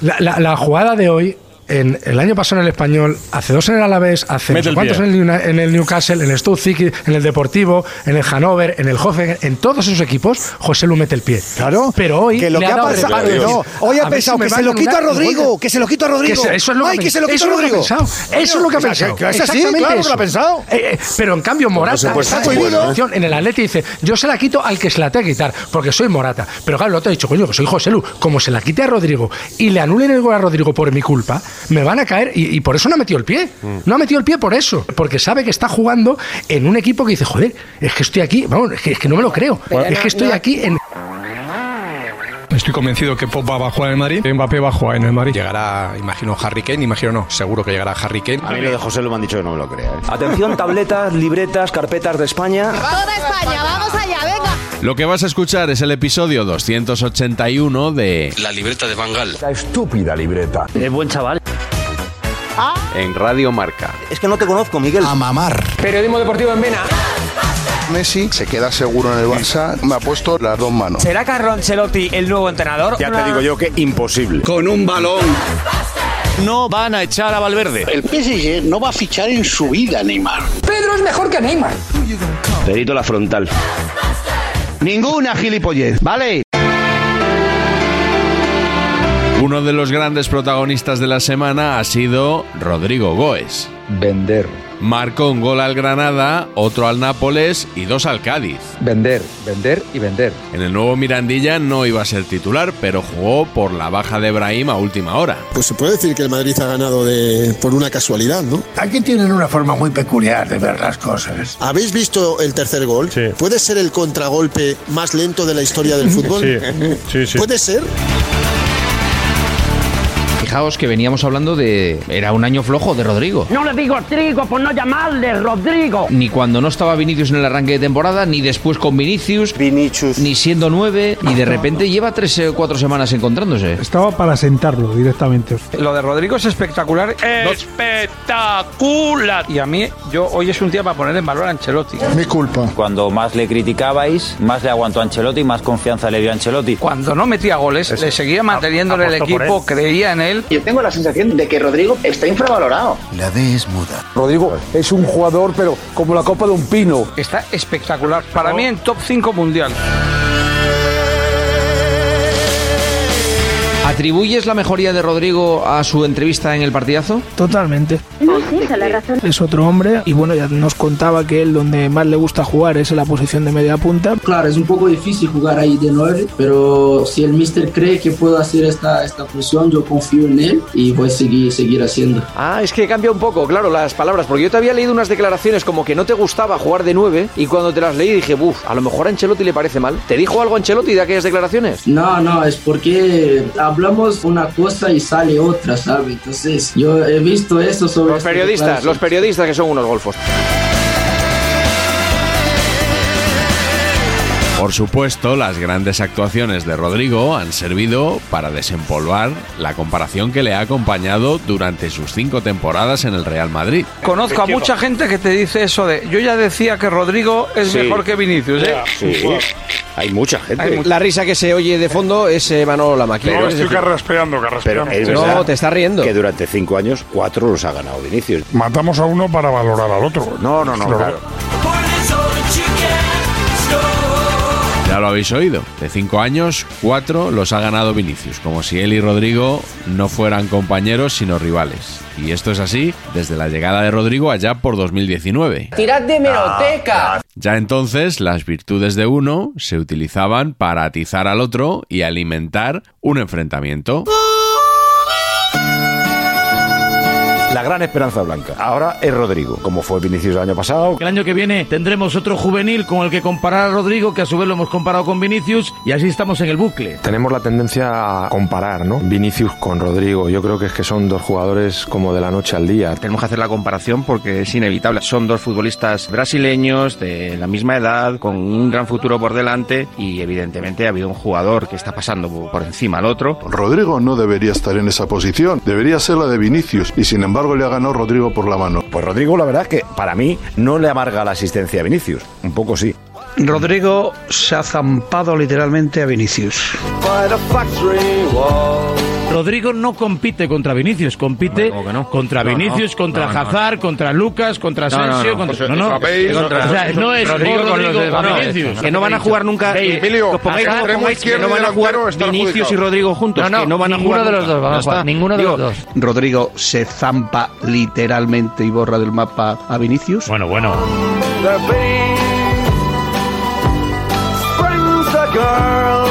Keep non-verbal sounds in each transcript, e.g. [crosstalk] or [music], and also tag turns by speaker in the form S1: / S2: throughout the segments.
S1: La, la- la jugada de hoy, en, el año pasado en el Español, hace dos en el Alavés, hace
S2: Mete
S1: no sé
S2: el
S1: cuántos
S2: pie.
S1: en el, Uni- en el Newcastle, en el Stuttgart, en el Deportivo, en el Hannover, en el Hoffenheim, en todos esos equipos, José Lu mete el pie.
S3: Claro,
S1: Pero hoy
S3: que lo
S1: le
S3: que
S1: ha
S3: ha
S1: dado
S3: pasado,
S1: reparo.
S3: no, hoy
S1: A
S3: ha
S1: ver
S3: pensado
S1: si me
S3: que se
S1: van a
S3: lo quito a
S1: anular un
S3: Rodrigo,
S1: gol.
S3: que se lo quito a Rodrigo.
S1: Que se- eso es lo
S3: Ay,
S1: que,
S3: que se lo quito
S1: eso
S3: a
S1: es lo que ha
S3: Rodrigo.
S1: pensado. Eso es lo que ha
S3: Claro,
S1: pensado.
S3: claro, es así,
S1: Exactamente
S3: claro que
S1: eso.
S3: lo ha pensado.
S1: Eh, eh, pero en cambio Morata
S3: supuesto.
S1: está en
S3: Bueno.
S1: situación en el Atleti dice, yo se la quito al que se la tenga que quitar, porque soy Morata. Pero claro, lo te he dicho, coño, que soy José Lu. Como se la quite a Rodrigo y le anulen el gol a Rodrigo por mi culpa, me van a caer y, y por eso no ha metido el pie. No ha metido el pie por eso, porque sabe que está jugando en un equipo que dice, joder, es que estoy aquí, vamos, es que, es que no me lo creo. es que estoy aquí en...
S4: Estoy convencido que Pop va a jugar en el Madrid. Mbappé va a jugar en el Madrid. Llegará, imagino, Harry Kane. Imagino no, seguro que llegará Harry Kane.
S5: A mí lo de José lo me han dicho que no me lo crea. ¿eh?
S6: Atención, tabletas, libretas, carpetas de España.
S7: Toda España, vamos allá, venga.
S8: Lo que vas a escuchar es el episodio 281 de
S4: La libreta de Bangal.
S5: estúpida libreta.
S6: Es buen chaval.
S8: En Radio Marca.
S6: Es que no te conozco, Miguel.
S3: mamar.
S4: Periodismo deportivo en Vena.
S9: Messi se queda seguro en el Barça. Me ha puesto las dos manos.
S4: ¿Será Carlo Ancelotti el nuevo entrenador?
S5: Ya te digo yo que imposible.
S4: Con un balón.
S5: No van a echar a Valverde.
S6: El PSG no va a fichar en su vida, Neymar.
S4: Pedro es mejor que Neymar.
S6: Perito la frontal. Ninguna gilipollez, ¿vale?
S8: Uno de los grandes protagonistas de la semana ha sido Rodrigo Goes.
S4: Vender,
S8: Marcó un gol al Granada, otro al Nápoles y dos al Cádiz.
S4: vender, vender y vender.
S8: En el nuevo Mirandilla no iba a ser titular, pero jugó por la baja de Brahim a última hora.
S9: Pues se puede decir que el Madrid ha ganado de, por una casualidad, ¿no?
S3: Aquí tienen una forma muy peculiar de ver las cosas.
S9: ¿Habéis visto el tercer gol? ¿Puede ser el contragolpe más lento de la historia del fútbol?
S2: Sí, sí.
S9: ¿Puede ser?
S4: Fijaos que veníamos hablando de. Era un año flojo de Rodrigo.
S6: No le digo trigo por no llamarle Rodrigo.
S4: Ni cuando no estaba Vinicius en el arranque de temporada, ni después con Vinicius,
S6: Vinicius.
S4: ni siendo nueve, y de repente lleva tres o cuatro semanas encontrándose.
S1: Estaba para sentarlo directamente.
S4: Lo de Rodrigo es espectacular. ¡Espectacular! Y a mí, yo hoy es un día para poner en valor a Ancelotti.
S9: Mi culpa.
S6: Cuando más le criticabais, más le aguantó a Ancelotti, más confianza le dio a Ancelotti.
S4: Cuando no metía goles, le seguía manteniendo en el equipo, creía en él.
S6: Yo tengo la sensación de que Rodrigo está infravalorado.
S3: La D es muda.
S2: Rodrigo es un jugador, pero como la copa de un pino.
S4: Está espectacular. Para mí en top 5 mundial. ¿Atribuyes la mejoría de Rodrigo a su entrevista en el partidazo?
S1: Totalmente. Es otro hombre y bueno, ya nos contaba que él donde más le gusta jugar es en la posición de media punta.
S4: Claro, es un poco difícil jugar ahí de 9, pero si el mister cree que puedo hacer esta, esta función, yo confío en él y voy a seguir, seguir haciendo.
S6: Ah, es que cambia un poco, claro, las palabras, porque yo te había leído unas declaraciones como que no te gustaba jugar de 9 y cuando te las leí dije, buf, a lo mejor a Ancelotti le parece mal. ¿Te dijo algo Ancelotti de aquellas declaraciones?
S4: No, no, es porque hablamos una cosa y sale otra, ¿sabes? Entonces, yo he visto eso sobre...
S6: Los periodistas, los periodistas que son unos golfos.
S8: Por supuesto, las grandes actuaciones de Rodrigo han servido para desempolvar la comparación que le ha acompañado durante sus cinco temporadas en el Real Madrid.
S4: Conozco a mucha gente que te dice eso de... Yo ya decía que Rodrigo es
S5: Sí.
S4: mejor que Vinicius, ¿eh?
S5: Sí. Hay mucha gente.
S6: La risa que se oye de fondo es eh, Manolo Lamaquina.
S5: Pero-
S9: Estoy carraspeando,
S5: Pero
S4: eh,
S5: es
S6: No,
S5: verdad
S6: te estás riendo.
S5: que durante cinco años, cuatro los ha ganado Vinicius.
S9: Matamos a uno para valorar al otro.
S5: No, no, no, claro.
S8: Ya lo habéis oído. De cinco años, cuatro los ha ganado Vinicius, como si él y Rodrigo no fueran compañeros sino rivales. Y esto es así desde la llegada de Rodrigo allá por 2019.
S10: ¡Tirad de meroteca!
S8: Ya entonces las virtudes de uno se utilizaban para atizar al otro y alimentar un enfrentamiento.
S5: La gran esperanza blanca. Ahora es Rodrigo, como fue Vinicius el año pasado.
S11: El año que viene tendremos otro juvenil con el que comparar a Rodrigo, que a su vez lo hemos comparado con Vinicius, y así estamos en el bucle.
S12: Tenemos la tendencia a comparar, ¿no? Vinicius con Rodrigo. Yo creo que es que son dos jugadores como de la noche al día.
S13: Tenemos que hacer la comparación porque es inevitable. Son dos futbolistas brasileños de la misma edad, con un gran futuro por delante y evidentemente ha habido un jugador que está pasando por encima al otro.
S14: Rodrigo no debería estar en esa posición, debería ser la de Vinicius y sin embargo le ha ganado Rodrigo por la mano.
S5: Pues Rodrigo, la verdad es que para mí no le amarga la asistencia a Vinicius. Un poco sí.
S1: Rodrigo se ha zampado literalmente a Vinicius.
S11: Rodrigo no compite contra Vinicius, compite contra
S1: No, no.
S11: Vinicius, contra
S1: No, no.
S11: Hazard, contra Lucas, contra
S1: No, no, no.
S11: Asensio, contra...
S1: Eso- eso habéis-
S11: O sea, no es
S1: Rodrigo
S11: por
S1: con
S11: Rodrigo
S1: los de-
S11: contra
S1: no,
S11: Vinicius.
S1: eso, que no van a jugar nunca-
S11: Veis,
S1: Emilio,
S11: os pongáis
S1: Hazard,
S11: como
S1: extremo
S11: pongáis, que
S1: izquierdo
S11: no van a
S1: y
S11: jugar
S1: delantero está
S11: Vinicius y
S1: adjudicado.
S11: Rodrigo juntos,
S1: No, no,
S11: que no van a
S1: ninguno
S11: jugar
S1: de los
S11: nunca.
S1: dos van a
S11: Ya
S1: jugar,
S11: está.
S1: ninguno de
S11: Digo,
S1: los dos. Rodrigo se zampa literalmente y borra del mapa a Vinicius.
S11: Bueno, bueno.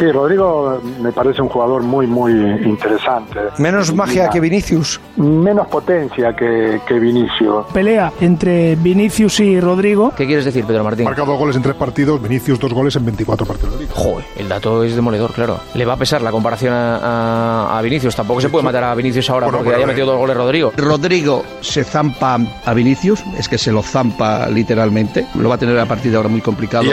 S15: Sí, Rodrigo me parece un jugador muy, muy interesante.
S16: Menos magia que
S15: Vinicius. Menos potencia que, que Vinicius.
S16: Pelea entre Vinicius y Rodrigo.
S17: ¿Qué quieres decir, Pedro Martín?
S14: Marca dos goles en tres partidos, Vinicius dos goles en 24 partidos.
S17: Joder, el dato es demoledor, claro. Le va a pesar la comparación a, a- a Vinicius. Tampoco se puede matar a Vinicius ahora
S1: Bueno,
S17: porque
S1: pero
S17: haya
S1: de-
S17: metido dos goles Rodrigo.
S1: Rodrigo se zampa a Vinicius, es que se lo zampa literalmente. Lo va a tener a partir de ahora muy complicado.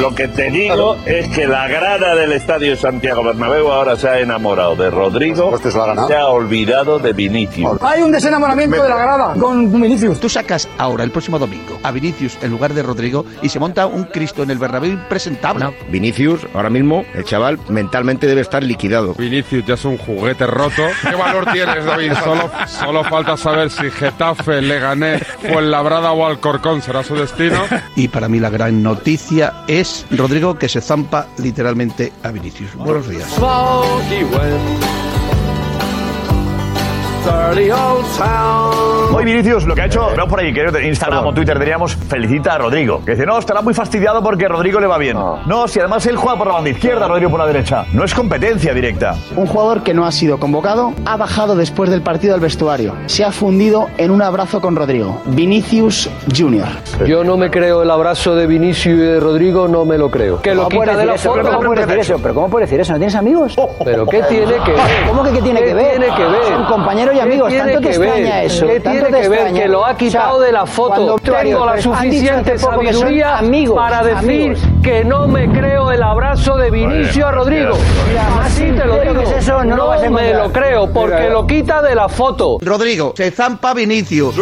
S7: Lo que te digo es que la grada del Estadio Santiago Bernabéu ahora se ha enamorado de Rodrigo y se ha olvidado de Vinicius.
S1: Hay un desenamoramiento de la grada con Vinicius. Tú sacas ahora, el próximo domingo, a Vinicius en lugar de Rodrigo y se monta un Cristo en el Bernabéu impresentable.
S5: Vinicius, ahora mismo, el chaval mentalmente debe estar liquidado.
S18: Vinicius ya es un juguete roto. ¿Qué valor tienes, David? [laughs] Solo, solo falta saber si Getafe, Leganés, Fuenlabrada o Alcorcón será su destino.
S1: Y para mí la gran noticia es Rodrigo que se zampa literalmente a Vinicius. Buenos días.
S7: Hoy Vinicius lo que ha hecho, veo por ahí, que en Instagram o Twitter diríamos, felicita a Rodrigo. Que dice, no, estará muy fastidiado porque Rodrigo le va bien. No, si además él juega por la banda izquierda, Rodrigo por la derecha. No es competencia directa.
S19: Un jugador que no ha sido convocado ha bajado después del partido al vestuario. Se ha fundido en un abrazo con Rodrigo. Vinicius Junior.
S2: Yo no me creo el abrazo de Vinicius y de Rodrigo, no me lo creo. Que lo quita de la foto.
S20: ¿Cómo puede decir eso? ¿Pero cómo puede decir eso? ¿No tienes amigos?
S2: Pero ¿qué tiene que ver?
S20: [laughs] ¿Cómo que qué tiene
S2: ¿Qué
S20: que ver?
S2: tiene que ver?
S20: Son compañeros y
S2: ¿Qué
S20: amigos.
S2: tiene
S20: ¿Tanto te
S2: que ver?
S20: extraña eso?
S2: ¿Qué
S20: ¿Tanto
S2: tiene
S20: te
S2: que ver?
S20: extraña?
S2: Que lo ha quitado de la foto.
S20: cuando tú
S2: Tengo la
S20: eres- han dicho hace
S2: suficiente
S20: poco que son
S2: sabiduría
S20: amigos,
S2: para decir
S20: amigos.
S2: que no me creo el abrazo de Vinicius a Rodrigo. Así Ah, te lo
S20: sincero
S2: digo.
S20: que es eso, no lo vas a
S2: me
S20: encontrar.
S2: lo creo porque
S1: Mira.
S2: lo quita de la foto.
S1: Rodrigo se zampa a Vinicius.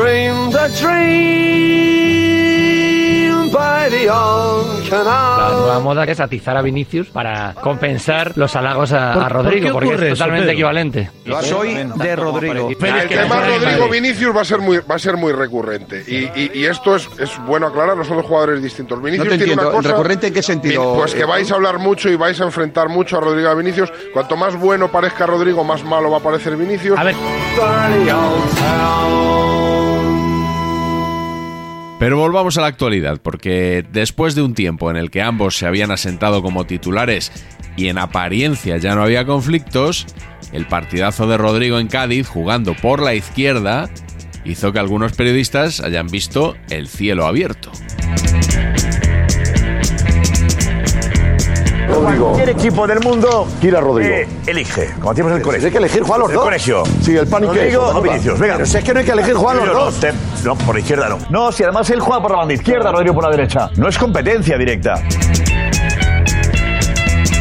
S21: La nueva moda es atizar a Vinicius para compensar los halagos a,
S1: ¿Por-
S21: a
S1: por
S21: Rodrigo,
S1: qué
S21: porque
S1: ocurre
S21: es
S1: eso,
S21: totalmente
S1: Pedro?
S21: equivalente.
S1: Soy de Rodrigo.
S21: Pero
S18: el tema Rodrigo Vinicius va a ser muy, va a ser muy recurrente. Y, y- y esto es, es bueno aclarar, no son dos jugadores distintos. Pues Vinicius
S1: te
S18: tiene una
S1: entiendo.
S18: cosa.
S1: ¿Recurrente en qué sentido?
S18: Pues que vais a hablar mucho y vais a enfrentar mucho a Rodrigo y a Vinicius. Cuanto más bueno parezca Rodrigo, más malo va a parecer Vinicius. A ver.
S8: Pero volvamos a la actualidad, porque después de un tiempo en el que ambos se habían asentado como titulares y en apariencia ya no había conflictos, el partidazo de Rodrigo en Cádiz jugando por la izquierda hizo que algunos periodistas hayan visto el cielo abierto.
S7: Cualquier equipo del mundo
S5: Tira Rodrigo.
S7: eh, elige. Como hacíamos en el colegio.
S5: hay que elegir, juega a los
S7: El
S5: dos.
S7: colegio.
S5: Sí, el pan y
S7: Rodrigo
S5: queso,
S7: o
S5: venga.
S7: Vinicius, venga.
S5: Pero si es que no hay que elegir, juega a los
S7: Yo no,
S5: dos.
S7: te- no, por la izquierda no. No, si además él juega por la banda izquierda, Rodrigo por la derecha. No es competencia directa.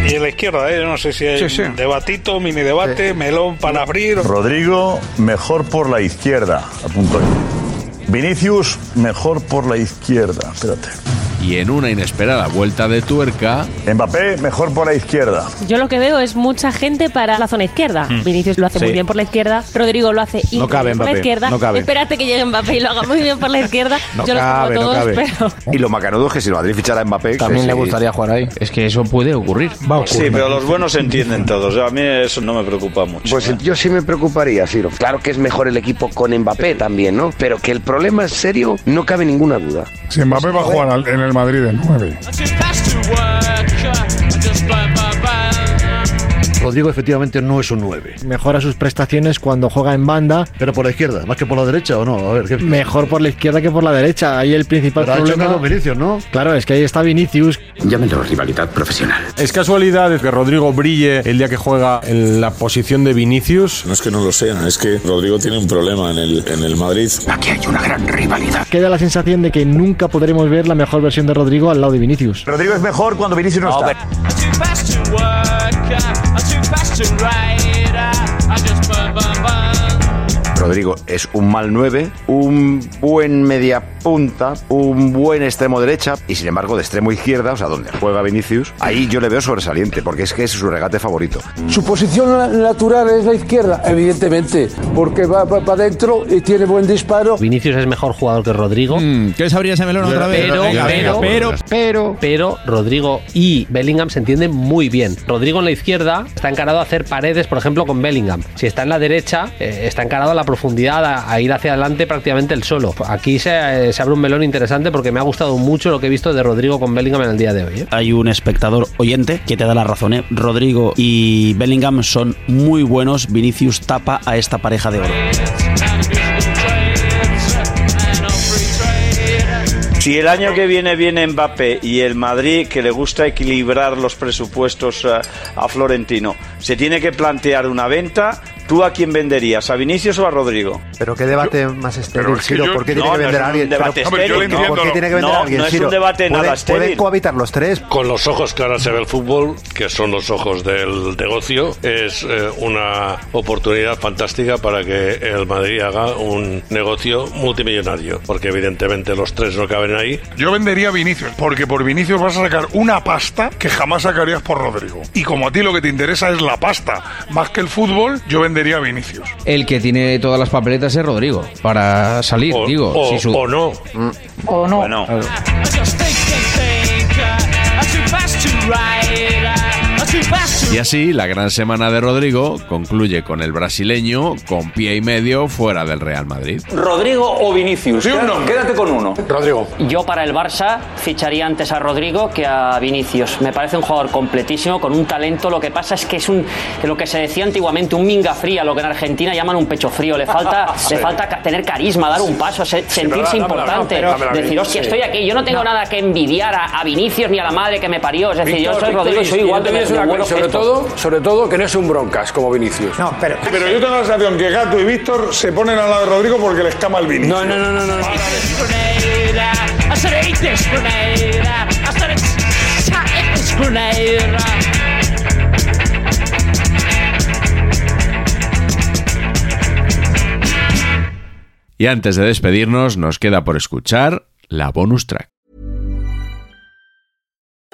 S22: Y en la izquierda, ¿eh? no sé si hay
S7: Sí, sí.
S22: debatito, mini debate, melón para abrir.
S7: Rodrigo, mejor por la izquierda. Apunto ahí. Vinicius, mejor por la izquierda. Espérate.
S8: y en una inesperada vuelta de tuerca...
S23: Mbappé mejor por la izquierda.
S24: Yo lo que veo es mucha gente para la zona izquierda.
S8: Mm.
S24: Vinicius lo hace
S8: Sí.
S24: muy bien por la izquierda. Rodrigo lo hace increíble
S25: Hmm. cabe
S24: por la
S25: Mbappé,
S24: izquierda.
S25: no cabe.
S24: Espérate que llegue Mbappé y lo haga muy bien por la izquierda.
S25: [laughs] No
S24: Yo
S25: cabe,
S24: los pongo
S25: no
S24: a todos,
S25: cabe.
S24: pero
S25: Y lo macanudo es que si el Madrid fichara a Mbappé...
S1: También
S25: que
S1: le
S25: sí.
S1: gustaría jugar ahí. Es que eso puede ocurrir. Va
S26: Sí, pero los buenos entienden todos. A mí eso no me preocupa mucho.
S27: Pues yo sí me preocuparía, Ciro. Claro que es mejor el equipo con Mbappé también, ¿no? Pero que el problema es serio, no cabe ninguna duda.
S7: Si Mbappé va a jugar al- en el Madrid de 9.
S28: Rodrigo efectivamente no es un 9. Mejora sus prestaciones cuando juega en banda. Pero por la izquierda, más que por la derecha, ¿o no? A ver, Mejor por la izquierda que por la derecha. Ahí el principal
S29: Pero ha hecho
S28: problema...
S29: menos Vinicius,
S28: ¿no? Claro, es que ahí está Vinicius.
S29: Llámenlo rivalidad profesional.
S30: ¿Es casualidad que Rodrigo brille el día que juega en la posición de Vinicius?
S31: No es que no lo sea, es que Rodrigo tiene un problema en el, en el Madrid. Aquí hay una gran rivalidad.
S28: Queda la sensación de que nunca podremos ver la mejor versión de Rodrigo al lado de Vinicius.
S23: Rodrigo es mejor cuando Vinicius no está.
S25: Rodrigo es un mal 9, un buen media punta, un buen extremo derecha y sin embargo de extremo izquierda, o sea, donde juega Vinicius, ahí yo le veo sobresaliente porque es que es su regate favorito.
S32: Su posición na- natural es la izquierda, evidentemente, porque va para adentro y tiene buen disparo.
S1: Vinicius es mejor jugador Mm, que Rodrigo.
S30: ¿Qué les abría ese melón
S1: Pero,
S30: otra vez?
S1: pero, pero, pero, pero, Rodrigo y Bellingham se entienden muy bien. Rodrigo en la izquierda está encarado a hacer paredes, por ejemplo, con Bellingham. Si está en la derecha, eh, está encarado a la profundidad, a, a ir hacia adelante prácticamente el solo. Aquí se, eh, se abre un melón interesante porque me ha gustado mucho lo que he visto de Rodrigo con Bellingham en el día de hoy. ¿eh?
S2: Hay un espectador oyente que te da la razón, ¿eh? Rodrigo y Bellingham son muy buenos. Vinicius tapa a esta pareja de oro.
S26: Si el año que viene viene Mbappé y el Madrid, que le gusta equilibrar los presupuestos eh, a Florentino, se tiene que plantear una venta. ¿Tú a quién venderías? ¿A Vinicius o a Rodrigo?
S33: Pero qué debate más
S26: pero
S33: estéril,
S26: es que
S33: Ciro.
S26: yo-
S33: ¿Por qué
S26: No,
S33: tiene que
S26: no
S33: vender
S26: es
S33: a
S26: un
S33: alguien?
S26: debate
S33: Pero-
S26: estéril, Hombre, yo
S33: ¿Por
S26: lo
S33: qué
S26: entiendo.
S33: tiene que vender
S26: No,
S33: a alguien,
S26: no es un
S33: Ciro?
S26: debate nada
S33: ¿Pueden-
S26: estéril.
S33: ¿Pueden cohabitar los tres?
S32: Con los ojos que ahora se ve el fútbol, que son los ojos del negocio, es eh, una oportunidad fantástica para
S1: eh,
S32: que el Madrid haga un negocio multimillonario, porque evidentemente los tres no caben ahí.
S7: Yo vendería a Vinicius, porque por Vinicius vas a sacar una pasta que jamás sacarías por Rodrigo. Y como a ti lo que te interesa es la pasta, más que el fútbol, yo vendería a Vinicius.
S1: El que tiene todas las papeletas es Rodrigo. Para salir, digo.
S32: o-
S1: si su-
S32: o no.
S1: O no.
S8: Y así, la gran semana de Rodrigo concluye con el brasileño con pie y medio fuera del Real Madrid.
S2: ¿Rodrigo o Vinicius?
S8: Di un
S2: Quédate-
S8: nombre.
S2: Quédate con uno.
S8: Rodrigo.
S2: Yo para el Barça ficharía antes a Rodrigo que a Vinicius. Me parece un jugador completísimo, con un talento. Lo que pasa es que es un lo que se decía antiguamente, un minga fría, lo que en Argentina llaman un pecho frío.
S30: [laughs]
S2: Le falta,
S30: Sí.
S2: le falta ca- tener carisma, dar un paso, se- sentirse
S30: pero dámela,
S2: importante.
S30: no, dámela,
S2: decir,
S30: Vinicius,
S2: hostia,
S30: sí.
S2: estoy aquí. Yo no tengo
S30: No.
S2: nada que envidiar a, a Vinicius ni a la madre que me parió. Es decir, yo
S30: Víctor,
S2: soy
S30: Víctor,
S2: Rodrigo y soy
S30: yo
S2: igual
S30: te voy
S2: que
S30: a
S2: me,
S30: decir
S2: me
S30: una
S2: muero
S30: cosa, sobre
S2: gestos.
S30: todo, sobre todo que no es un broncas como Vinicius. No, pero
S7: Pero yo tengo la sensación que Gato y Víctor se ponen al lado de Rodrigo porque les cama el Vinicius.
S30: No, no, no, no, no. no.
S8: Y antes de despedirnos, nos queda por escuchar la bonus track.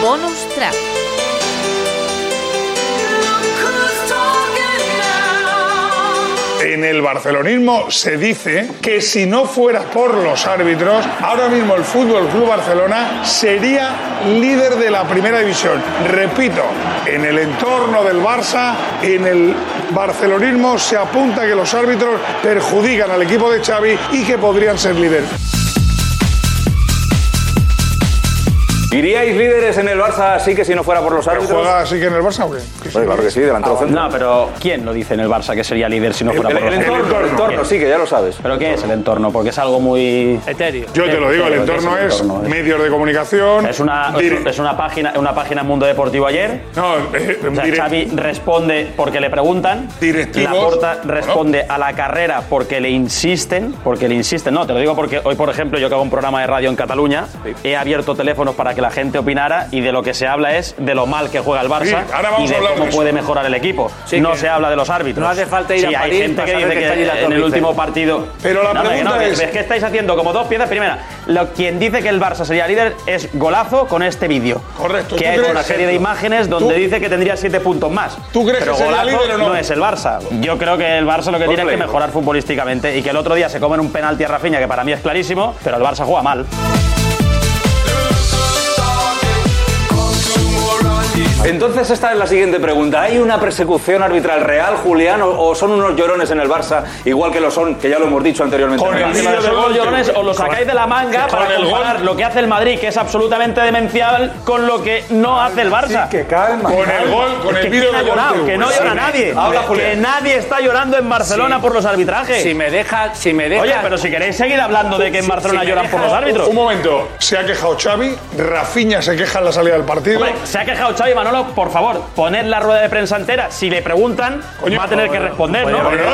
S24: Bonus track.
S7: En el barcelonismo se dice que si no fuera por los árbitros, ahora mismo el Fútbol Club Barcelona sería líder de la primera división. Repito, en el entorno del Barça, en el barcelonismo se apunta que los árbitros perjudican al equipo de Xavi y que podrían ser líder.
S8: ¿Iríais líderes en el Barça así que si no fuera por los árbitros?
S7: ¿Juega así que en el Barça o qué?
S8: Hombre, claro que sí, delantero centro.
S2: No, pero ¿quién lo dice en el Barça que sería líder si no
S8: El-
S2: fuera
S8: el-
S2: por
S8: el
S2: los
S8: entorno, el entorno, sí, que ya lo sabes.
S2: ¿Pero qué es el entorno? Porque es algo muy... Etéreo.
S7: Yo te lo digo, el entorno
S2: ¿qué
S7: es
S2: entorno?
S7: medios de comunicación.
S2: Es una,
S7: dir-
S2: es una página una página en Mundo Deportivo ayer.
S7: No, eh,
S2: O sea, Xavi responde porque le preguntan.
S7: Directivos.
S2: Laporta responde a la carrera porque le insisten. Porque le insisten. No, te lo digo porque hoy, por ejemplo, yo que hago un programa de radio en Cataluña, he abierto teléfonos para que la gente opinara y de lo que se habla es de lo mal que juega el Barça
S7: Sí, ahora vamos
S2: y de
S7: a hablar
S2: cómo
S7: de eso.
S2: puede mejorar el equipo.
S7: Sí,
S2: no
S7: que
S2: se habla de los árbitros.
S7: no hace falta ir
S2: Sí,
S7: a
S2: hay
S7: París
S2: gente
S7: para
S2: que
S7: saber
S2: dice
S7: que está allí la
S2: que en el
S7: Torrice.
S2: último partido.
S7: Pero la
S2: No, hombre, que
S7: pregunta
S2: que-
S7: es-
S2: que estáis haciendo como dos piezas. Primera, lo- quien dice que el Barça sería líder es Golazo con este vídeo.
S7: Correcto,
S2: Que
S7: ¿tú
S2: ha hecho
S7: crees?
S2: una serie de
S7: Ejemplo.
S2: imágenes donde
S7: ¿Tú-
S2: dice que tendría siete puntos más.
S7: ¿Tú crees
S2: Pero
S7: que sería
S2: Golazo
S7: líder o no?
S2: es el Barça. Yo creo que el Barça lo que tiene es que mejorar futbolísticamente y que el otro día se comen un penalti a Rafinha, que para mí es clarísimo, pero el Barça juega mal.
S8: Entonces esta es la siguiente pregunta. ¿Hay una persecución arbitral real, Julián, o, o son unos llorones en el Barça, igual que lo son, que ya lo hemos dicho anteriormente?
S2: Con
S8: en
S2: el
S8: Barça?
S2: vídeo de los llorones os lo sacáis de la manga
S8: Con
S2: para
S8: el gol.
S2: comparar lo que hace el Madrid, que es absolutamente demencial, con lo que no hace el Barça. que
S8: calma.
S7: Con el gol, con el vídeo
S2: que,
S7: de gol, tío.
S2: no
S7: Sí,
S2: llora
S7: me-
S2: nadie.
S7: Habla,
S2: que
S7: Julián.
S2: nadie está llorando en Barcelona
S7: Sí.
S2: por los arbitrajes.
S7: Si me
S2: deja, si me
S7: deja-
S2: Oye, pero si queréis seguir hablando de que en
S7: Si-
S2: Barcelona
S7: si me
S2: lloran por los
S7: dejas-
S2: árbitros.
S7: Un momento, se ha quejado Xavi, Rafinha se queja en la salida del partido.
S2: Hombre, se ha quejado Xavi Manolo, por favor, poned la rueda de prensa entera. Si le preguntan, va a tener que responder, ¿no?
S7: Bueno, pero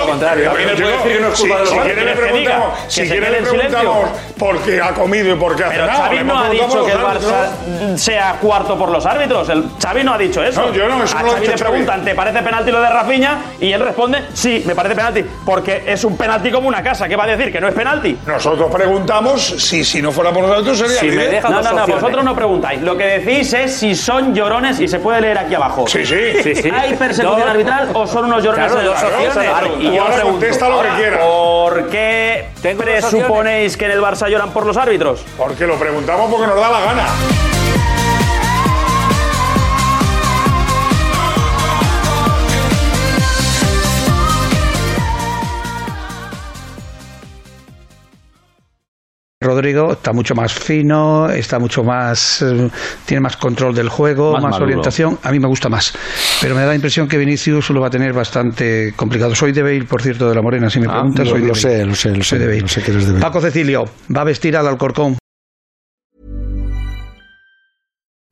S7: yo- si- si quiere le preguntamos, si quiere le preguntamos por qué ha comido y por qué ha
S2: Pero
S7: cenado.
S2: Xavi
S7: le
S2: no ha
S7: preguntamos
S2: dicho que el
S7: a los
S2: Barça
S7: árbitros.
S2: sea cuarto por los árbitros. El Xavi no ha dicho eso.
S7: No, yo no, eso
S2: a
S7: no lo ha
S2: Xavi
S7: dicho
S2: le
S7: Xavi.
S2: preguntan, ¿te parece penalti lo de Rafinha? Y él responde, sí, me parece penalti. Porque es un penalti como una casa. ¿Qué va a decir? ¿Que no es penalti?
S7: Nosotros preguntamos si, si no fuera por nosotros sería líder.
S2: No, no, no, vosotros no preguntáis. Lo que decís es si son llorones y se puede leer aquí abajo.
S7: Sí, sí. Sí, sí.
S2: ¿Hay persecución
S7: Dos-
S2: arbitral o son unos llorones?
S7: Claro,
S2: en el
S7: dos
S2: barrio?
S7: opciones.
S2: Claro,
S7: Tú ahora
S2: pregunto,
S7: contesta lo que
S2: ahora,
S7: quieras.
S2: ¿Por qué
S7: dos
S2: presuponéis que en el Barça lloran por los árbitros?
S7: Porque lo preguntamos porque nos da la gana.
S8: Rodrigo está mucho más fino, está mucho más. eh, tiene más control del juego,
S5: Más
S8: más,
S5: maduro.
S8: orientación. A mí me gusta más. Pero me da la impresión que Vinicius lo va a tener bastante complicado. Soy de Bale, por cierto, de la Morena, si me preguntas.
S5: lo,
S8: soy de
S5: lo
S8: Bale.
S5: sé, lo sé, lo sé, lo sé que eres de
S8: Paco Cecilio va a vestir al Alcorcón.